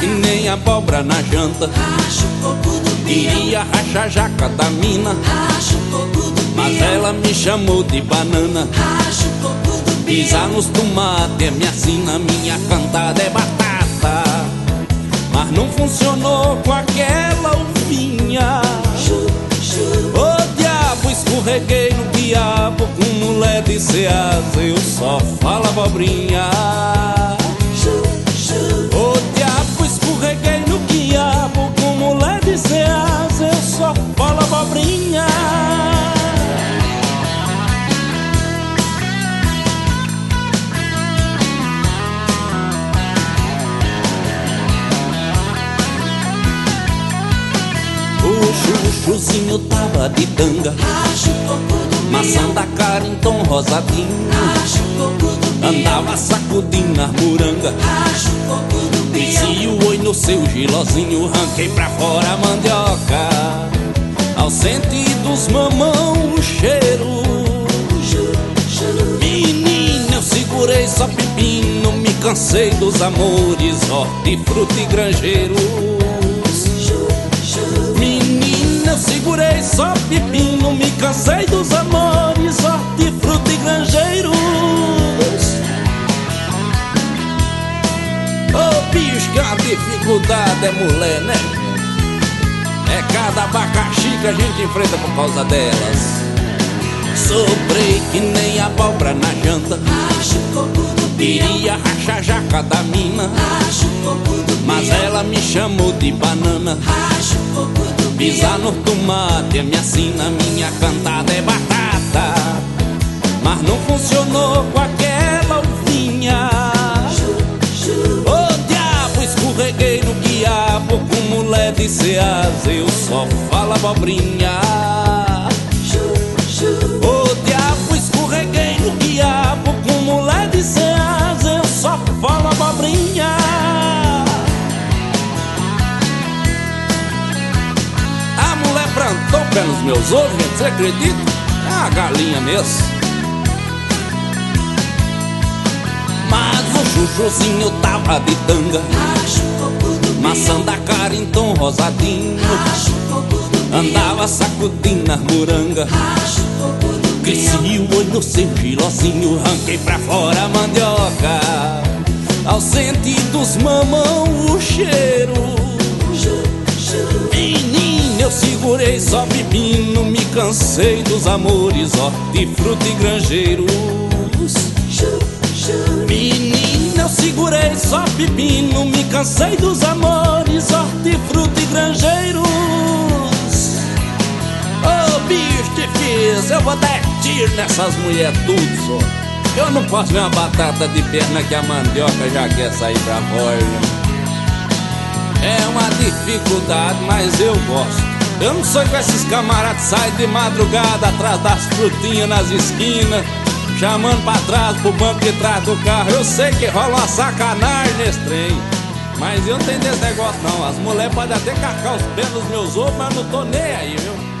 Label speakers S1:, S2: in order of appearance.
S1: que nem abóbora na janta.
S2: Racha o coco um do peão,
S1: Queria rachar a jaca da mina,
S2: racha o coco do
S1: mas
S2: peão,
S1: ela me chamou de banana.
S2: racha o coco do
S1: Pisar
S2: peão,
S1: nos tomates é minha sina, minha cantada é batata. Mas não funcionou com aquela uvinha.
S2: chu, chu,
S1: Ô diabo, escorreguei no diabo com mulher de ceasa, eu só falo abobrinha.
S2: chu, chu,
S1: Ô diabo, escorreguei no diabo com mulher de ceasa, eu só falo abobrinha. O chuchuzinho tava de tanga,
S2: racha o coco um do peão,
S1: maçã da cara em tom rosadinho.
S2: racha o coco um do peão,
S1: Andava sacudindo as muranga
S2: racha o coco do peão,
S1: Desci o oi no seu gilozinho Ranquei pra fora a mandioca Ao sentir dos mamão o cheiro
S2: chu, chu,
S1: Menina, eu segurei só pepino Me cansei dos amores Hortifruti e granjeiros
S2: chu, chu,
S1: Menina, eu segurei só pepino Me cansei dos amores Hortifruti e granjeiros Ô bicho, que a dificuldade é mulher, né? É cada abacaxi que a gente enfrenta por causa delas. Sobrei que nem abóbora na janta.
S2: racha o coco um do peão,
S1: Queria rachar a jaca da mina,
S2: racha o coco do
S1: mas
S2: peão,
S1: ela me chamou de banana.
S2: racha o coco um do peão,
S1: Pisar no tomate é minha sina, minha cantada é batata. Mas não funcionou com aquela uvinha.
S2: chu,
S1: Ô diabo, escorreguei no quiabo com mulher de ceasa, eu só falo abobrinha.
S2: chu, chu,
S1: Ô diabo, escorreguei no quiabo com mulher de ceasa, eu só falo abobrinha. A mulher plantou pelos meus olhos, gente, você acredita? É a galinha mesmo. Mas o chuchuzinho tava de tanga.
S2: racha o coco um do peão,
S1: Maçã da cara em tom rosadinho
S2: racha o coco do peão,
S1: Andava sacudindo as muranga
S2: racha o coco do
S1: Cresci
S2: peão,
S1: o olho no seu gilozinho Ranquei pra fora a mandioca Ao sentir dos mamão o cheiro
S2: chu, chu,
S1: Menina, eu segurei só pepino Me cansei dos amores, ó De fruta e granjeiros
S2: chu, chu,
S1: Menina, eu segurei só pepino Me cansei dos amores De fruta e granjeiros Ô, bicho difícil Eu vou dar tiro nessas mulher tudo, só Eu não posso ver uma batata de perna Que a mandioca já quer sair pra fora É uma dificuldade, mas eu gosto eu não sou com esses camaradas que saem de madrugada atrás das frutinhas nas esquinas, chamando pra trás pro banco de trás do carro. Eu sei que rola uma sacanagem nesse trem, mas eu não tenho desse negócio não. As mulheres podem até cacar os pés nos meus ovos, mas não tô nem aí, viu?